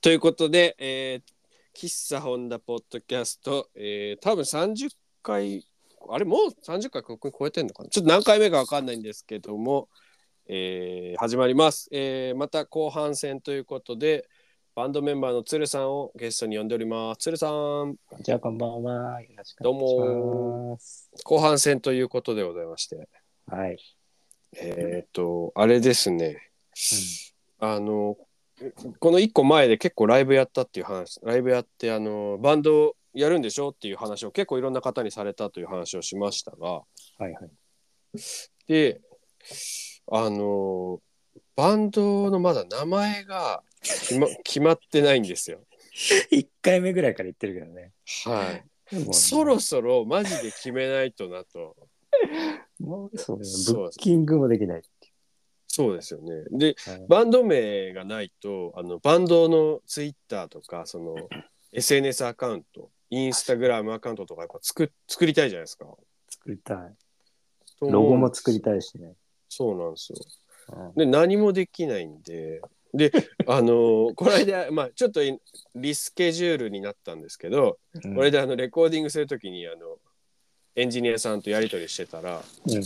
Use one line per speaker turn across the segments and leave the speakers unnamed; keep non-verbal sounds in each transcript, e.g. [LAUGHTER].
ということで、えー、喫茶本田ポッドキャスト、えー、多分30回、あれ、もう30回ここに超えてんのかなちょっと何回目か分かんないんですけども、えー、始まります、えー。また後半戦ということで、バンドメンバーの鶴さんをゲストに呼んでおります。鶴さん、
こんにちは、こんばんは。よろしくお願いします。
後半戦ということでございまして。
はい。
えっ、と、あれですね、あの、この1個前で結構ライブやったっていう話、ライブやって、あの、バンドやるんでしょっていう話を結構いろんな方にされたという話をしましたが、
はいはい。
で、あの、バンドのまだ名前が決ま決まってないんですよ。
[LAUGHS] 1回目ぐらいから言ってるけどね。
はい。
でも
そろそろマジで決めないとなと。
もうそうブ
そう
ッキングもできないってい
そうですよね。で、
う。はい
バンド名がないとあのバンドのツイッターとかそ
[LAUGHS]
の SNS アカウントインスタグラムアカウントとかやっぱ作作りたいじゃないですか。
作りたい。ロゴも作りたいしね。
そうなんですよ。
うん
で何もできないんでであ
[LAUGHS]
のこの間、まあ、ちょっといリスケジュールになったんですけど、これであのレコーディングするときにあのエンジニアさんとやり取りしてたら
うん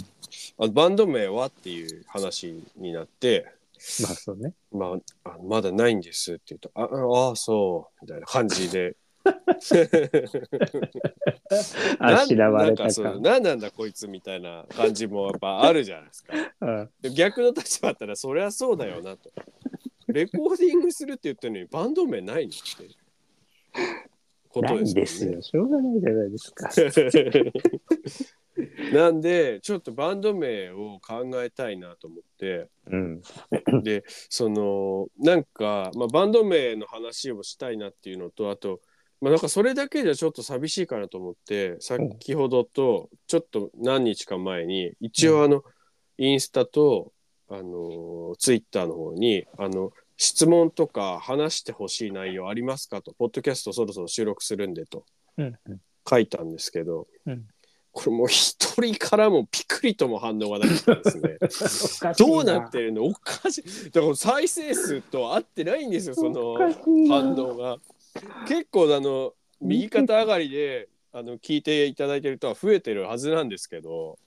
あバンド名はっていう話になって。
まあそうね。
まあ、あまだないんですって言うと、ああ、ああそう、みたいな感じで。
[LAUGHS] あしらわれ
な
た
んかそう
か。
なんなんだこいつみたいな感じもやっぱあるじゃないですか。
うん
で逆の立場だったら、そりゃそうだよな
[LAUGHS]
と。レコーディングするって言ってるのに、バンド名ないのって。こ
な
とで
い
す
です
もんね
よ。しょうがないじゃないですか。
[LAUGHS] なんで、ちょっとバンド名を考えたいなと思って。
うん。 [LAUGHS]
でそのなんか、まあ、バンド名の話をしたいなっていうのとあと、まあ、なんかそれだけじゃちょっと寂しいかなと思って先ほどとちょっと何日か前に一応あの、インスタとあのツイッターの方にあの質問とか話してほしい内容ありますかと「ポッドキャストそろそろ収録するんで」と
うん。
書いたんですけど、
うん
これもう一人からもピクリとも反応がなくてですね。ど
ど
うなってるのおかしい。だから再生数と合ってないんですよ、その
おかしいな
反応が。結構あの右肩上がりであの聞いていただいてる人は増えてるはずなんですけど、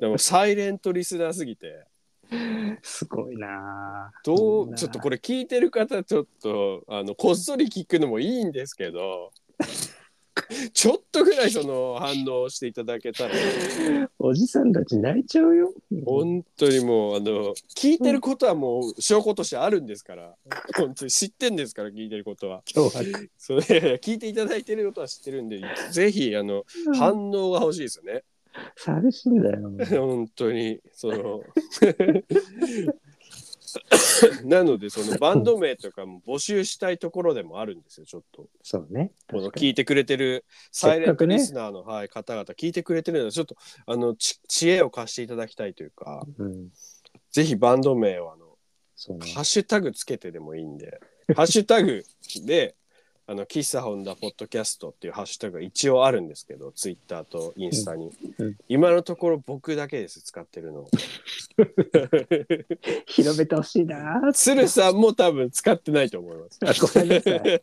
でもサイレントリスナーすぎて、
すごいなぁ
ど
みん
う
な
ちょっとこれ聞いてる方ちょっとあのこっそり聞くのもいいんですけど、ちょっとぐらいその反応していただけたら。
おじさんたち泣いちゃうよ。
本当にもうあの聞いてることはもう証拠としてあるんですから、本当に知ってんですから聞いてることは
脅迫
それ聞いていただいてることは知ってるんでぜひあの反応が欲しいですよね
寂しいんだよ。
本当にその [LAUGHS] なのでそのバンド名とかも募集したいところでもあるんですよちょっと
そうね。
この
確かに
聞いてくれてるサイレントリスナーの、はい、方々聞いてくれてるのでちょっとあのち知恵を貸していただきたいというか
うん。
ぜひバンド名をあの
そうね。
ハッシュタグつけてでもいいんで、 [LAUGHS] ハッシュタグで、あの、喫茶本田ポッドキャストっていうハッシュタグが一応あるんですけど、ツイッターとインスタに。
うんうん
今のところ僕だけです、使ってるの。
広めてほしいなぁ。
鶴さんも多分使ってないと思います。
[LAUGHS] あごめんなさい。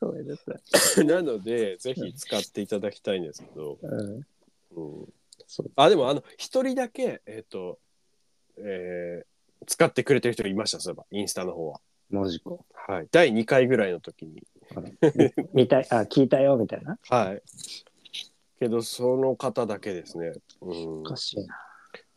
ごめんなさ
[LAUGHS]
い。
なので、ぜひ使っていただきたいんですけど、
うん。
うん
そう。
あ、でもあの、一人だけ、えっ、と、えー使ってくれてる人いました、そういえば、インスタの方は。
マジか。
はい。第2回ぐらいの時に。
見たい、あ、聞いたよみたいな。
はい。けど、その方だけですね。うん
お、かしい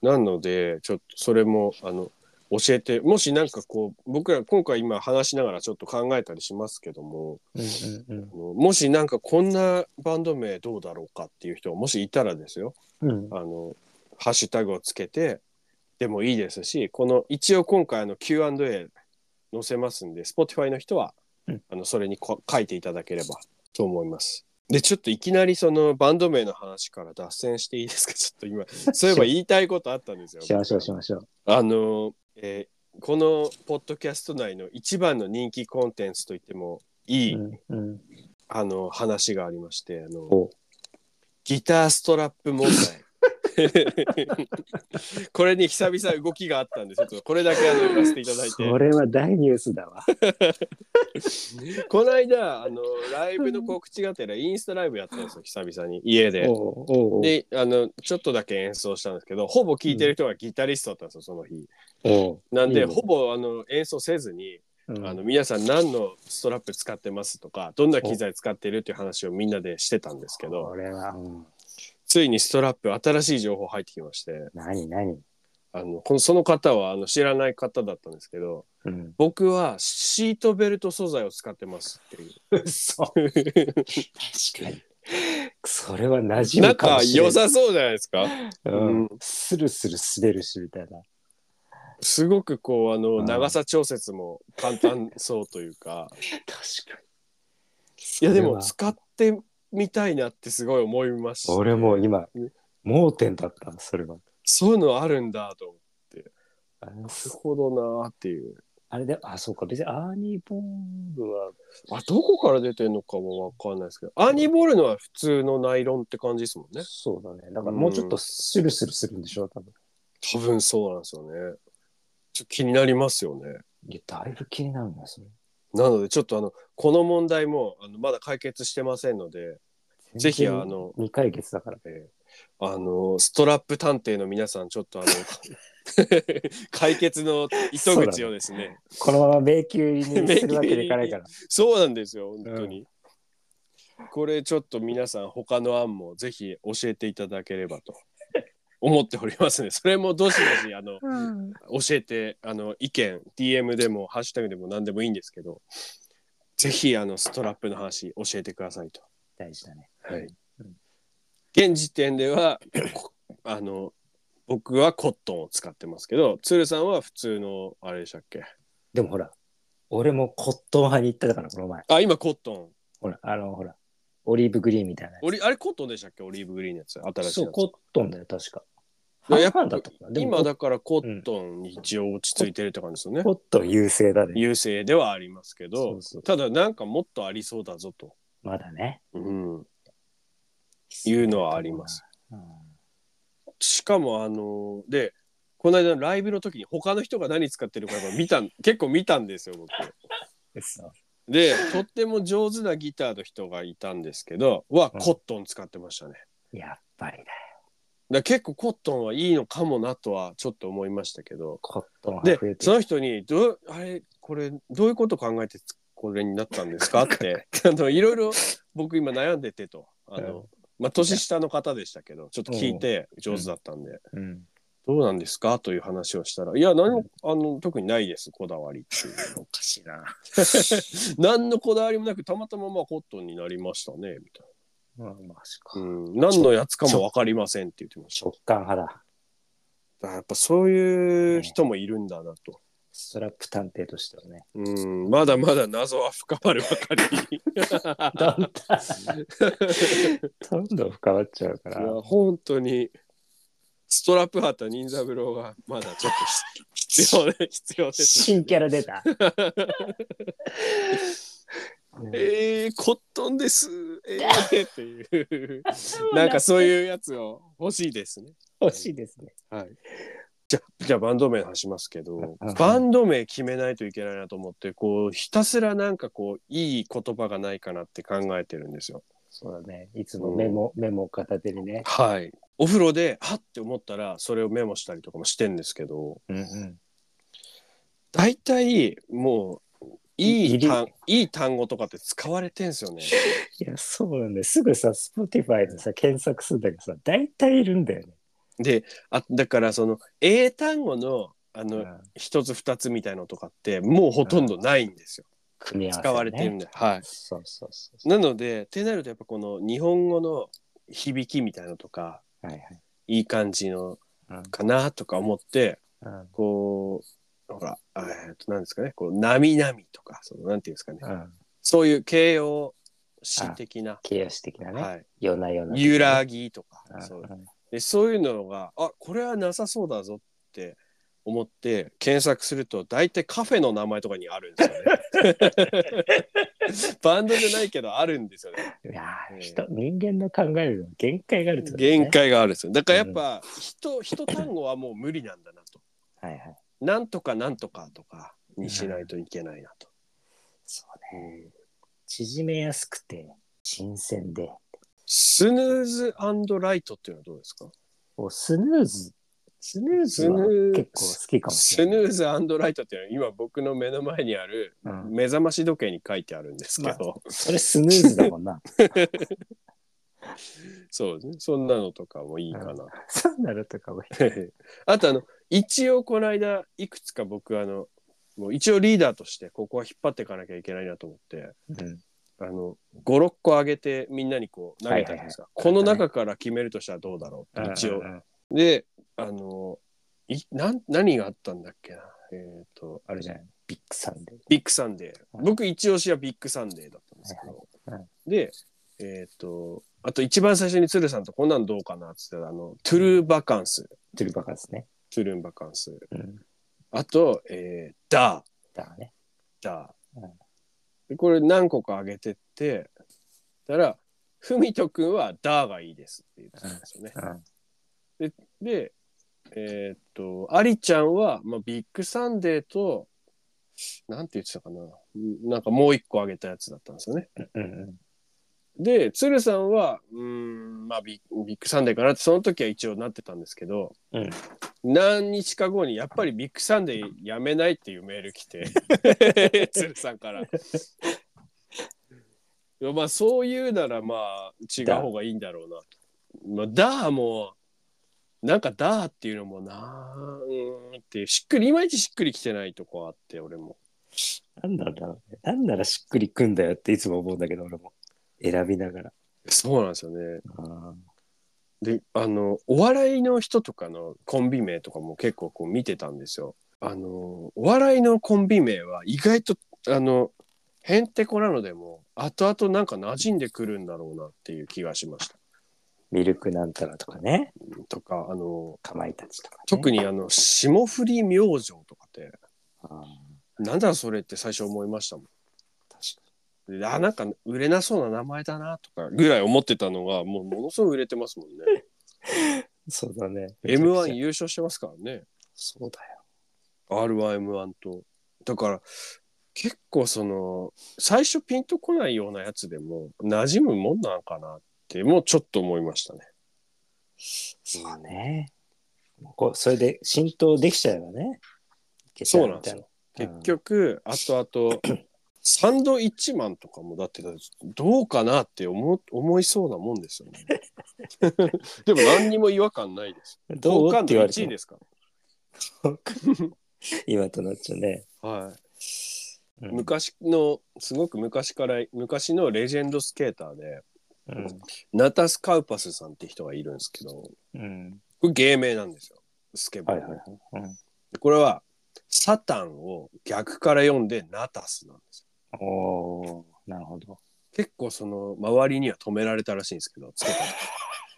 な。
なので、ちょっとそれも、あの、教えて、もしなんかこう、僕ら今回今話しながらちょっと考えたりしますけども、
うんうん
あのもしなんかこんなバンド名どうだろうかっていう人がもしいたらですよ、
うん。うん。
あの、ハッシュタグをつけてでもいいですし、この一応今回あの Q&A 載せますんで、Spotify の人は、
うん
あのそれにこ書いていただければと思います。で、ちょっといきなりそのバンド名の話から脱線していいですか [LAUGHS] ちょっと今、そういえば言いたいことあったんですよ。
しましょうしましょう。
あの、えーこのポッドキャスト内の一番の人気コンテンツといってもいい、
うんうん。
あの話がありまして、あの
お [LAUGHS]
ギターストラップ問題。これに久々動きがあったんでちょっとこれだけあの言わせていただいて
それは大ニュースだわ。
この間あのライブの告知がてらインスタライブやったんですよ久々に家で
お。うおうおう
であのちょっとだけ演奏したんですけどほぼ聴いてる人がギタリストだったんですよその日。
おう
なん
い
で
いね
ほぼあの演奏せずに
うん
あの皆さん何のストラップ使ってますとかどんな機材使ってるっていう話をみんなでしてたんですけど
これは、うん、
ついにストラップ新しい情報入ってきまして
何何、
あのこのその方はあの知らない方だったんですけど
うん、
僕はシートベルト素材を使ってますっていう。
そう確かにそれは馴染
[LAUGHS] なん
むかも
か
しれな
良
い
さそうじゃないですか。
うん
うん
スルスル滑るしみたいな
すごくこうあ
う
の
ん
長さ調節も簡単そうというか。
確か
[LAUGHS] い
に
やでも使ってみたいなってすごい思いました。
俺もう今
うん
盲点だったそれは
そういうのあるんだと思って。
あれ
なるほどなーっていう。
あれであそうか別にアーニー・ボングは
あどこから出てるのかもわかんないですけど、アーニーボールのは普通のナイロンって感じですもんね。
そうだねだからもうちょっとスルスルするんでしょ多分
多分そうなんですよね。ちょっと気になりますよね。
いやだいぶ気になるなそれ
なのでちょっとあのこの問題もあのまだ解決してませんので、ぜひ
全然
あの
未解決だから
えーあのストラップ探偵の皆さんちょっとあの [LAUGHS] 解決の糸口をですね
このまま迷宮にするわけにいかな
[LAUGHS]
いから
そうなんですよ本当に、これちょっと皆さん他の案もぜひ教えていただければと [LAUGHS] 思っておりますねそれもどしどしあの教えてあの意見 DM でもハッシュタグでも何でもいいんですけどぜひあのストラップの話教えてくださいと。
大事だね
はい
うん。
現時点では、こあの、僕はコットンを使ってますけど、ツルさんは普通の、あれでしたっけ
でもほら俺もコットン派に行ったからこの前
あ、今コットン。
ほらあのほらオリーブグリーンみたいなやつ
オリあれコットンでしたっけオリーブグリーンのやつ。新しい
そう
や
コットンだよ確か
いややっぱ
半々だったかな
つ。
でも
今だからコットンに一応落ち着いてるって感じですよね。
コットン優勢だね
優勢ではありますけ
そ
ど
う、そう
ただなんかもっとありそうだぞと、
まだね
うん、いうのはあります。
うん
しかもあのでこの間のライブの時に他の人が何使ってるかやっぱ見たん結構見たんですよ僕。
そう
でとっても上手なギターの人がいたんですけどは
うん
コットン使ってましたね。だか
やっぱりだよ
ら結構コットンはいいのかもなとはちょっと思いましたけど
コットンが
で
増えて
そ
る
の人にどう「あれこれどういうこと考えてこれになったんですか?」ってあのいろいろ僕今悩んでてとあの、まあ、年下の方でしたけどちょっと聞いて上手だったんで。
うん
どうなんですかという話をしたら、いや、何も、あの、特にないです、こだわりっていう。
おかしいな
何のこだわりもなく、たまたままあコットンになりましたね、みたい
まあマジか
な。うん、何のやつかも分かりませんって言ってました。
食感派だ
だからやっぱそういう人もいるんだなと。
ストラップ探偵としてはね
うん、まだまだ謎は深まるばかり。
だんだんどんどん深まっちゃうから
いや本当に、ストラップハッタ任三郎がまだちょっと必必要で、 [LAUGHS] 必要です。
新キャラ出た
えー、コットンです。えー、っていう。なんかそういうやつを欲しいですね。
欲しいですね
はい。じゃじゃあバンド名の話しますけど
うん、
バンド名決めないといけないなと思って、こうひたすらなんかこういい言葉がないかなって考えてるんですよ。
そうだねいつもメモ、メモ片手にね
はい。お風呂ではって思ったらそれをメモしたりとかもしてんですけど、
うんうん
大体もうい
い
い単いい単語とかって使われてんすよね。
いや、そうなんだよ。すぐさ、Spotify でさ、検索するんだけどさ、大体いるんだよね。
で、あだからその英単語のあ
う
の
ん
一つ二つみたいのとかってもうほとんどないんですよ。
組み合わせ、ね。
使われてるんで、はい。
そうそうそうそ
なのでってなるとやっぱこの日本語の響きみたいなのとか
う。はい
いい感じの
はい。
かなとか思って
うん。うん
こうほらえーっと何ですかねこう「なみなみ」とかそのなんていうんですかね
うん。
そういう形容詞的な、
形容詞的なね。
はい、
夜な夜な。
揺らぎとか
うん。
そう
うん
でそういうのがあこれはなさそうだぞって思って検索すると大体カフェの名前とかにあるんですよ
[LAUGHS]
ね。バンドじゃないけどあるんですよね。
いやー人、人間の考えるのは限界があるってことね
限。界があるんですよ。だからやっぱ人一単語はもう無理なんだなと。
はいはい。
なんとかなんとかとかにしないといけないなと。
そうね。縮めやすくて、新鮮で。
スヌーズライトっていうのはどうですか
おスヌーズ。スヌーズは
スヌー
結構好きかもし
ス
れ
ヌ
ない。
ーズライトっていうのは今僕の目の前にある
うん、
目覚まし時計に書いてあるんですけど、
それスヌーズだもん
[LAUGHS]
な。
そうですねそんなのとかもいいかなと
そんなのとかも。
[LAUGHS] あとあの一応この間いくつか僕あのもう一応リーダーとしてここは引っ張っていかなきゃいけないなと思って
うん、
あの56個上げてみんなにこう投げたじゃないですか、
はいはい
この中から決めるとしたらどうだろうって一応
うん。うん
であのいなん何があったんだっけなえっ、と
あるじゃない。ビッグサンデー。
ビッグサンデー
はい
僕一押しはビッグサンデーだったんですけど、
はいはい
でえっ、とあと一番最初に鶴さんとこんなんどうかなっつってたらあのトゥルーバカンス
トゥルバカですね。
トゥルンバカンス
うん。
あと、えー、ダー、
だからね。
ダー
うん。
でこれ何個か上げてって、たら、ふみとくんはダーがいいですって言ってたんですよね。
うん。
で、えーっと、ありちゃんは、まあ、ビッグサンデーと、なんて言ってたかな。んなんかもう一個上げたやつだったんですよね。
うんうん。
で、鶴さんは、うーん、まあビッ、ビッグサンデーかなって、その時は一応なってたんですけど、
うん
何日か後に、やっぱりビッグサンデーやめないっていうメール来
[LAUGHS]
て、鶴さんから。いやまあ、そういうなら、まあ、違う方がいいんだろうな。まあ、ダーも、なんかダーっていうのもなうーんって、しっくり、いまいちしっくりきてないとこあって、俺も。
なんなんだろうね。なんならしっくりくんだよっていつも思うんだけど、俺も。選びながら。
そうなんですよね。
あ
であのお笑いの人とかのコンビ名とかも結構こう見てたんですよ。あのお笑いのコンビ名は意外とあのへんてこなのでも後々なんか馴染んでくるんだろうなっていう気がしました。
ミルクなんたらとかね。
とかあの
かまいたちとか、ね。
特
に。
にあの霜降り明星とかって
あー
なんだそれって最初思いましたもん。
確か
であなんか売れなそうな名前だなとかぐらい思ってたのがもうものすごい売れてますもんね。
に。そうだね。
M1 優勝してますからね。
そうだよ。
R1M1 と。だから結構その最初ピンとこないようなやつでも馴染むもんなんかなってもうちょっと思いましたね。
そうね。こうそれで浸透できちゃえばね。いけちゃ
そうなんですよ。結局あとあと [COUGHS] サンドイッチマンとかもだってどうかなって思う思いそうなもんですよ
[LAUGHS]
ね。でも何にも違和感ないです。
みたいなど
好
うって
感度
言われ
1
て
位
も
ですか
今となっちゃうね。
ら。はい。
うん
昔のすごく昔から昔のレジェンドスケーターで
うん
ナタス・カウパスさんって人がいるんですけど。
うん。
これ芸名なんですよ。スケボー
は
の、
いはいはい。うん
これは、サタンを逆から読んでナタスなんですよ。
おーなるほど。
結構その周りには止められたらしいんですけど、つ
[LAUGHS]
けたら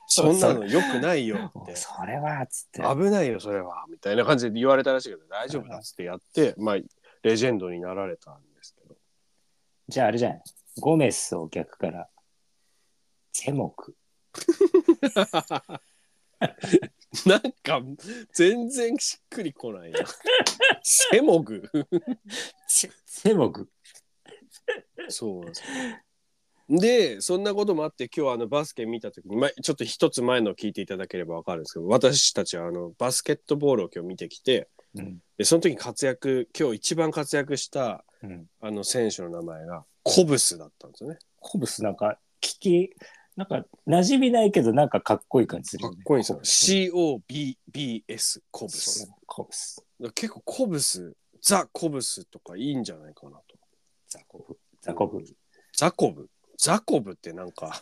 そんなの良くないよって。
それは、つって。
危ないよ、それは。みたいな感じで言われたらしいけど、大丈夫だっつってやって、まあ、レジェンドになられたんですけど。
じゃああれじゃないゴメスを逆から。ゼモク。
なんか、全然しっくりこ
[LAUGHS]
ないな。セモグ。
ゼモク。
そうなんですよ。で、そんなこともあって、今日あのバスケ見たとき、まちょっと一つ前のを聞いていただければわかるんですけど、私たちはあのバスケットボールを今日見てきて、
うん。
でその時活躍、今日一番活躍した
うん。
あの選手の名前がコブスだったんですよね。
コブスなんか、聞き、なんか、馴染みないけど、なんかかっこいい感じする
か
よ
っ
ね。
こいいんですよ。
コブス
COBBS、コブス。だか
そうコブス。
ら結構コブス、ザ・コブスとかいいんじゃないかなと。
ザコブ。ザコブ。
ザコブ。ザコブってなんか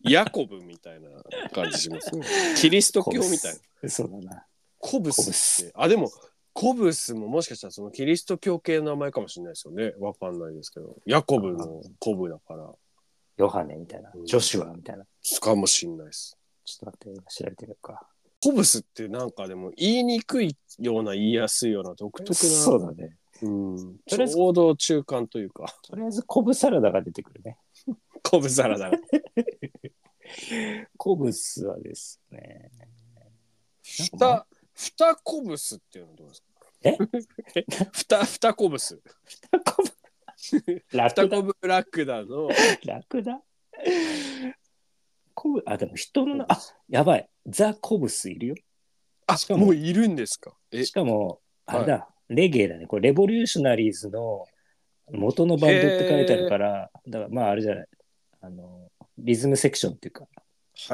ヤコブみたいな感じしますね。キリスト教みたいな。
な。そうだな。
コブ
コブ
スっ
ス
て。あ、でも、コブスももしかしたらそのキリスト教系の名前かもしれないですよね。わかんないですけど。ヤコブのコブだから、
ヨハネみたいな
う。ん
ジョシュアみたいな。
かもしれないです。
ちょっと待って、今調べてみようか。
ホブスってなんかでも言いにくいような言いやすいような独特な、
そうだね。
うん、
と
ち
りあえず
ょうど中間というか
とりあえず、昆布サラダが出てくるね。
コブサラダが
コブスはですね。
ふ
なん
たふたコブスっていうのはどうですか [LAUGHS]
え
ふたふたコブス
コブラ
ふた
クダ
コブラクダの
ラクダコブあ、でも人の名、あ、やばい。ザ・コブスいるよ。
あ
しかも
もういるんですかえ
しかも、あれだ、レゲエだね。これ、レボリューショナリーズの元のバンドって書いてあるから、だからまあ、あれじゃない。あの、リズムセクションっていう
へ
か、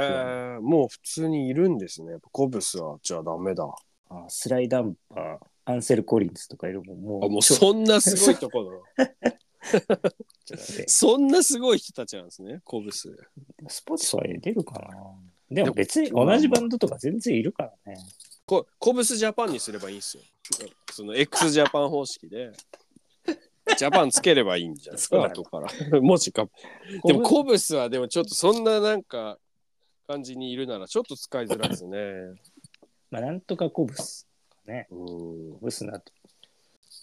えもう普通にいるんですねやっぱコブスはじゃあダメだあ
あスライダンパー、アンセル・コリンズとかいるもん。もう、
もう
ちょ
そんなすごいところ
ちょっと待っ
[LAUGHS]
て
そんなすごい人たちなんですねコブス
スポーツは出るかなでも別に同じバンドとか全然いるからね。
こコブスジャパンにすればいいんですよ。その X ジャパン方式で。ジャパンつければいいんじゃないです [LAUGHS]
そう
か、
だね
後から。もしか。でもコブスは、でもちょっとそんななんか感じにいるなら、ちょっと使いづらいです
[LAUGHS]
ね。
まあ、なんとかコブス。ね。
うん
コブスなと。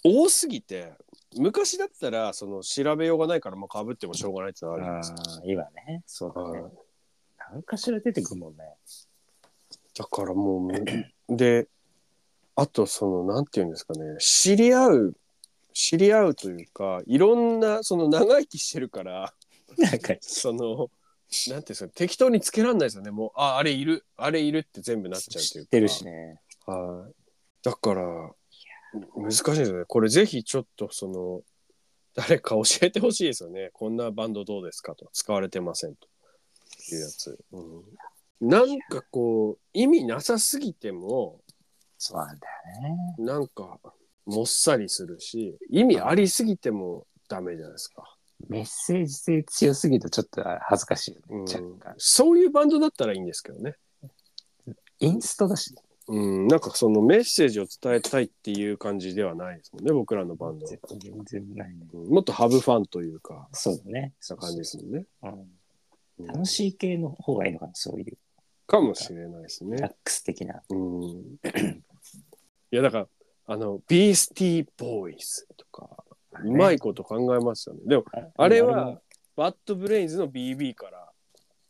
多すぎて、昔だったらその調べようがないから、まあ、被ってもしょうがないってのはあるん
あ
ですけ
あ、今ね。そうだ
ど。
ね
はい。
何かしら出てくるもんね。
だからもうむ、で、あとその、なんていうんですかね、知り合う、知り合うというか、いろんな、その長生きしてるから、
なんか、
その、なんていうんですか、適当につけらんないですよね。もう、あ、あれいる、あれいるって全部なっちゃうと
知
いう
っ
か。
てるしね。
はい。だから、難しいですよね。これぜひちょっと、その、誰か教えてほしいですよね。こんなバンドどうですかと。使われてませんと。いうやつ。うん、なんかこう、意味なさすぎても、
そうなんだよね。
なんか、もっさりするし、意味ありすぎてもダメじゃないですか。
メッセージ性強すぎるとちょっと恥ずかしいよね。
うん
若干。
そういうバンドだったらいいんですけどね。
インストだし、
うん、なんかそのメッセージを伝えたいっていう感じではないですもんね、僕らのバンドは。
全然ないね。
うんもっとハブファンというか、
そうだね。
な感じですもんね。
うん、
うん
楽しい系の方がいいのかな、そういう。
かもしれないです
リラッ
ね。
クス的な。
うん、いや、だから、あの、ビースティーボーイズとか、うまいこと考えますよね。でも、あれは、バッドブレインズの BB から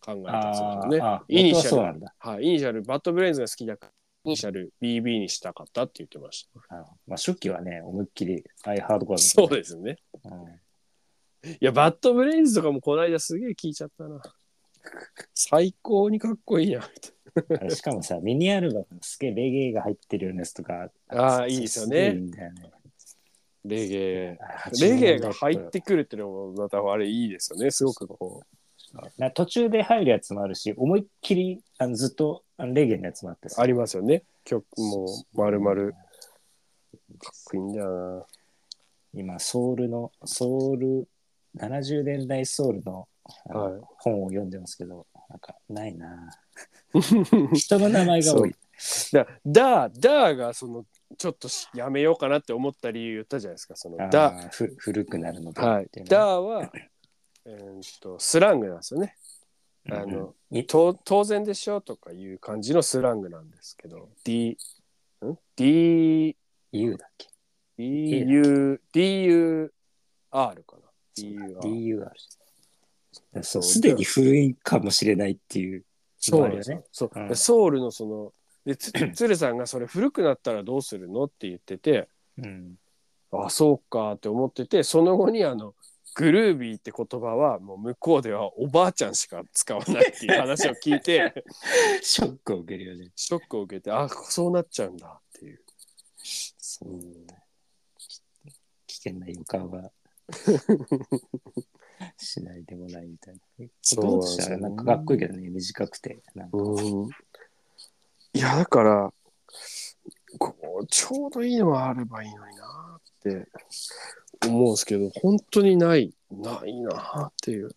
考えたんです
あ
よ
れ
ね。
はあー、
イニシャル
そうなんだ。
はい、イニシャル、バッドブレインズが好きだから、イニシャル BB にしたかったって言ってました。
あのまあ、初期はね、思いっきり、アイハードコアだった
そ
ね
うですね。
うん
いや、バッドブレインズとかもこないだすげえ聞いちゃったな。最高にかっこいいな。
あれしかもさ、ミニアルバムすげえレゲエが入ってるようなやつとか。
あーいいですよね
げえいいんだよね
レゲエ。
あ
レゲエが入ってくるっていうのもまたあれいいですよね。すごくこ
な途中で入るやつもあるし、思いっきりあのずっとあのレゲエのやつもあって
う、
さ
ありますよね。曲も丸々かっこいいんだよ
今、ソウルの、ソウル、70年代ソウルの
な。
あの
はい。
本を読んでますけど、なんかない
[LAUGHS]
な。人の名前が多い。
だ、ダー、ダーがその、ちょっとしやめようかなって思った理由言ったじゃないですか。その、
あー
ダー。
ふ古くなるのだ
は
っ
い
てい。うね、
ダーは、えーっと、スラングなんですよね。あ
うん
の、
い
と当然でしょとかいう感じのスラングなんですけど、D、ん ?D、
U だっけ
DU、DUR かな。DUR。
?DUR。そうすでに古いかもしれないっていう。
そうなんです
ある
よ。そう
うん
でソウルのその、で、つ鶴さんがそれ古くなったらどうするのって言ってて、
うん、
あ、そうかって思ってて、その後にあの、グルービーって言葉はもう向こうではおばあちゃんしか使わないっていう話を聞いて、 [LAUGHS]
ショックを受けるよね。
ショックを受けて、あ、そうなっちゃうんだっていう。
そう危険な予感はしないでもないみたいな。
そうなんですよね
としたらなんかかっこいいけどね、短くて。なんか
うん。いや、だから、こう、ちょうどいいのがあればいいのになって思うんですけど、本当にない、ないなっていう。
い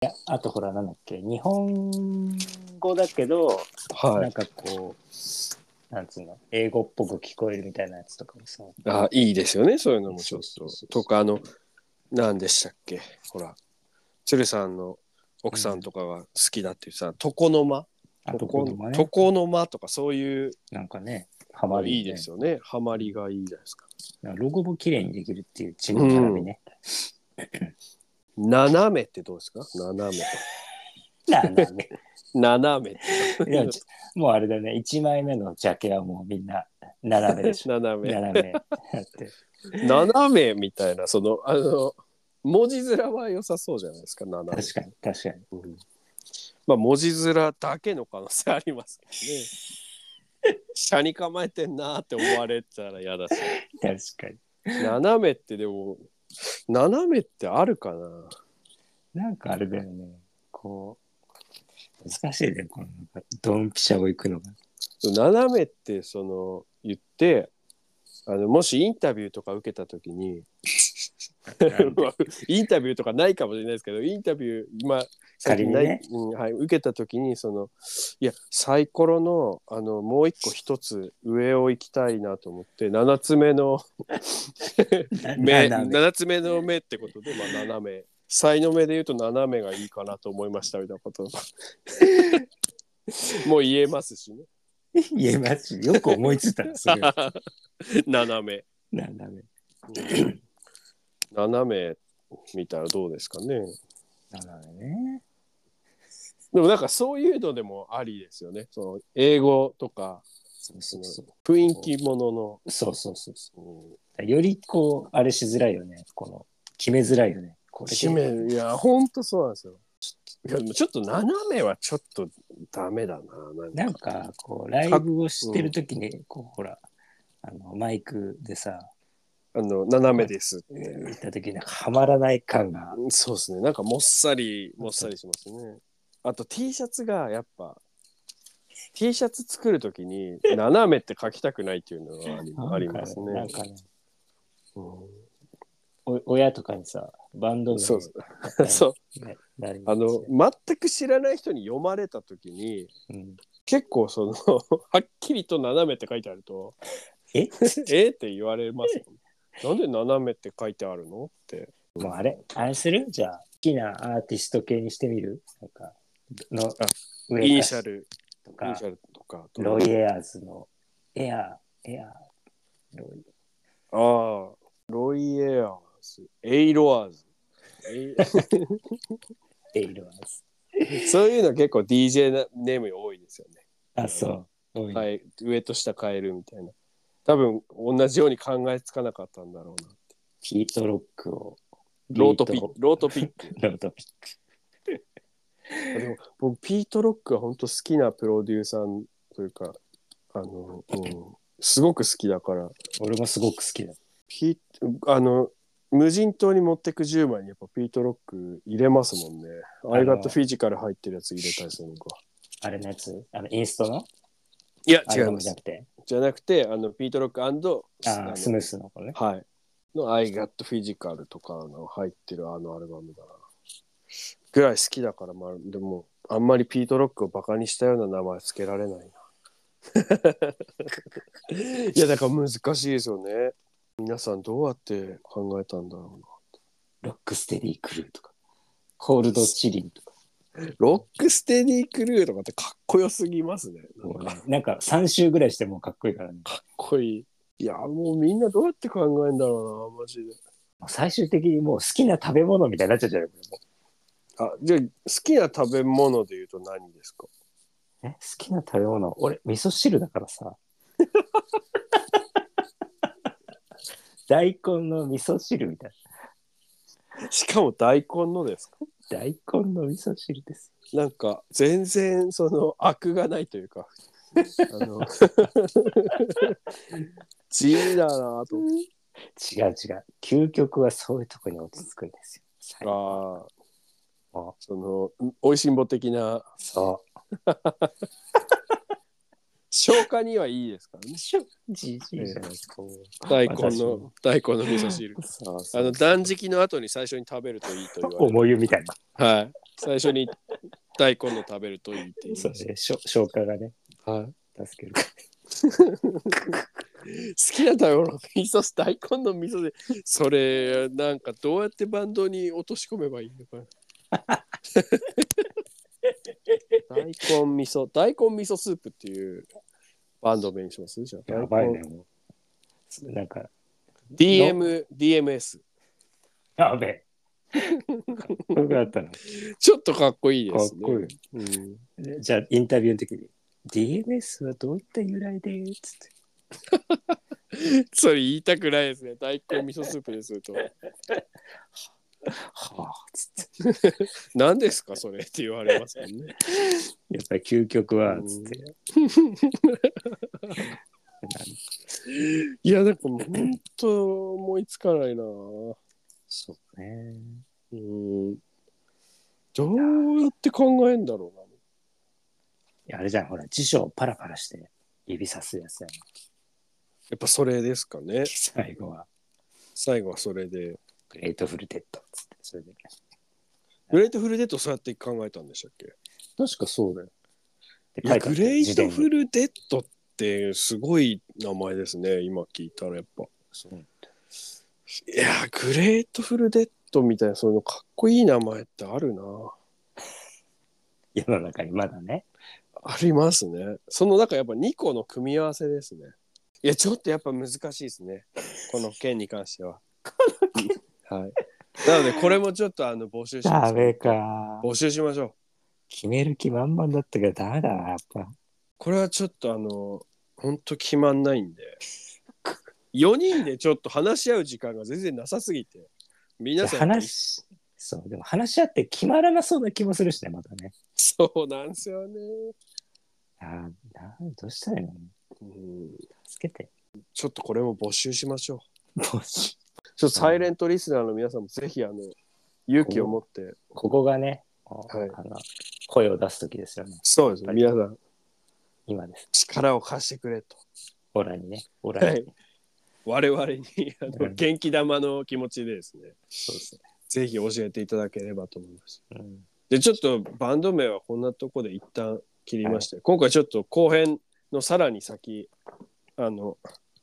やあとほら、なんだっけ、日本語だけど、
は
ないん。かこう、なんつうの、英語っぽく聞こえるみたいなやつとかもさ。
あ、いいですよね、そういうのもちょっ
そう
と
そうそう。
とか、あの、何でしたっけほら、鶴さんの奥さんとかが好きだっていうさ、床の間
あ
ことこ
この間ね。
床の間とかそういう
なんかね、ハマ
の
る、ね。
いいですよね。ハマりがいいじゃないですか。
なんかロゴも綺麗にできるっていう地の絡みね。
斜めってどうですか斜め。
なんだね。
斜めって。
いやちもうあれだね、1枚目のジャケはもうみんな斜めでしょ。
斜め。
斜め。だって
斜めみたいな、その、あの、文字面は良さそうじゃないですか、斜め。
確かに、確かに。
うんまあ、文字面だけの可能性ありますけどね。
[LAUGHS]
車に構えてんなーって思われたら嫌だし。
確かに。
斜めってでも、斜めってあるかな
なんかあれだよね、こう、難しいね、このなんかドンピシャを行くの [LAUGHS] が。
斜めってその言ってあのもしインタビューとか受けた時にまあ [LAUGHS] インタビューとかないかもしれないですけどインタビュー今
仮にね
うんはい、受けた時にそのいやサイコロのあのもう一個一つ上を行きたいなと思って7つ目の [LAUGHS] 目
斜め
7つ目の目ってことで、まあ、斜め才の目で言うと斜めがいいかなと思いましたみたいな [LAUGHS] こともう言えますしね。
いや、マジ、よく思いついたなそれは
斜め
斜め。
斜め見たらどうですかね
斜めね。
でもなんかそういうのでもありですよねその英語とか
そうそうそう。
雰囲気ものの
そうそうそうそ
うん
う。よりこう、あれしづらいよね。この、決めづらいよね。これで
締めいやほんとそうなんですよいやでもちょっと斜めはちょっとダメだななんか
なんか、こう、ライブをしてるときに、こう、ほら、あの、マイクでさ、
あの斜めですって、
言ったときに、なんか、はまらない感が、
そうですねなんかもっさりもっさりしますねあと T シャツがやっぱ T シャツ作るときに斜めって書きたくないっていうのがありありますね
なんかね、
うん
お親とかにさ、バンド名
そうそう。そう
ねなりま
あ
すね
の、全く知らない人に読まれた時に、
うん
結構その、 [LAUGHS] はっきりと斜めって書いてあると、
え [LAUGHS]
えって言われますもん。なんで斜めって書いてあるのって。
もうあれ、あれするじゃあ、好きなアーティスト系にしてみるなんか、の、上
イニシャル、
と
イ
か
ニシ、ャルとか。
ロイエアーズの、エアー、エアー、ロイ
ああ、ロイエアーズ、エイロアーズ。え
エイロアーズ。
い [LAUGHS] そういうの結構 DJ なネーム多いですよね。
あ、そう。ロイ
はい、上と下変えるみたいな。多分同じように考えつかなかったんだろうな。
ピートロックを。
ロートピ
ビ
ッ
ーを、
ロートピック。
ロートピ
あでも [LAUGHS] 僕ピート・ロックは本当好きなプロデューサーというかあの、うん、すごく好きだから
俺もすごく好きだ。
ピーあの無人島に持ってく10枚にやっぱピート・ロック入れますもんね。
の
I got physical 入ってるやつ入れたりするのか。
あれのやつあの、インストの
いや
ア
違
ル
い
バ
ま
ムじゃ
す
な。くて。
じゃなくてあのピート・ロック
あ
あ
ー、スムースの子ね。
のはいの I got physical とかの入ってるあのアルバムだな。ぐらい好きだから、まあ、でもあんまりピート・ロックをバカにしたような名前つけられない [LAUGHS] な。いやだから難しいですよね。皆さんどうやって考えたんだろ
ロックステディクルーとか。ホールドチリンとか。
うな。ロックステディクルーとかってかっこよすぎますね。なん
もう
かか
ね [LAUGHS] なんか3周ぐらいしてもうかっこいいからね。
っこいい。いやもうみんなどうやって考えんだろうなマジで。
最終的にもう好きな食べ物みたいになっちゃうじゃないこれも
あじゃあ好きな食べ物で言うと何ですか
うえ好きな食べ物俺、味噌汁だから [LAUGHS] さ。大根の味噌汁みたい
しかも大根のですか
な。大根の味噌汁です。
なんか全然その悪がないというかあの [LAUGHS] 地味だなと思って
違う違う。究極はそういうとこに落ち着くんですよ。最後
あー
あ
そのおいしんぼ的な
そ
消化にはいいですから
う。
ね
じじいじゃないこう
大根
私
の
も
大根の味噌汁
そう [LAUGHS] そ
あ
う
の断食の後に最初に食べるといいと言われる
思いみたいな。
はい最初に大根の食べるといいって言い
そう
ま
です
す
ね。しょ消化がね、
はい、好
助けるから。
きな食べ物味噌汁大根の味噌汁それなんかどうやってバンドに落とし込めばいいのか大根味噌、大根味噌スープっていうバンド名にしますじゃあ。
やばい
大
ね
根。。
もうなんか、
DM、DMS。
やべえ。よくあったの。
ちょっとかっこいいですね。
かっこいい
うん
じゃあ、インタビューの時に、DMS はどういった由来でつって。
[LAUGHS] それ言いたくないですね。大根味噌スープですると。
はあ、つって。
何ですかそれって言われますもん
[LAUGHS]
ね。
やっぱり究極は、
うん
つって。
いや、なんかもう本当思いつかないな。
そうね。
うん。どうやって考えんだろうな。
いやあれじゃん、ほら、辞書をパラパラして指さすやつやん。
やっぱそれですかね。
最後は、
最後はそれで。
グレートフルテッドっつって、それで。
グレートフルデッドそうやって考えたんでしたっけ
確かそうだよ。
いやグレー
ー
トフルデッドってすごい名前ですね。今聞いたらやっぱ。
そう
いやー、グレートフルデッドみたいな、そのかっこいい名前ってあるな。
世の中にまだね。
ありますね。その中やっぱ2個の組み合わせですね。いや、ちょっとやっぱ難しいですね。この件に関しては。はい。なので、これもちょっとあの募集しまし
ダ
ょ
メ
う。
か。
募集しましょう。
決める気満々だったけど、ダメだな、やっぱ。
これはちょっとあの、ほんと決まんないんで。4人でちょっと話し合う時間が全然なさすぎて。皆さん、
話、そう、でも話し合って決まらなそうな気もするしね、またね。
そうなんですよね。
あーなどうしたらいいの
うん
助けて。
ちょっとこれも募集しましょう。
もし
ちょっとサイレントリスナーの皆さんもぜひあの勇気を持って
ここがね、こう
はい
あの声を出すときですよね。
そう
ですね
皆さん
今です。
力を貸してくれと、
オラにね。オラに。
はい [LAUGHS] 我々にあ
う
の
ん
元気玉の気持ちでですね
そうですね。
ぜひ教えていただければと思います
うん
でちょっとバンド名はこんなとこで一旦切りまして、今回ちょっと後編のさらに先あの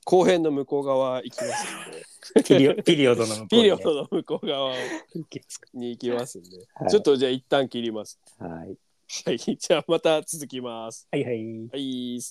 後編の向こう側行きますの
[LAUGHS]
で
ピリオピリオドの向こう
[LAUGHS] ピ
に
リ
ね
オドの向こう側
行きますか
に行きますんで、
はい
ちょっとじゃあ一旦切ります
はい。
はいじゃあまた続きます
はいはい。
はい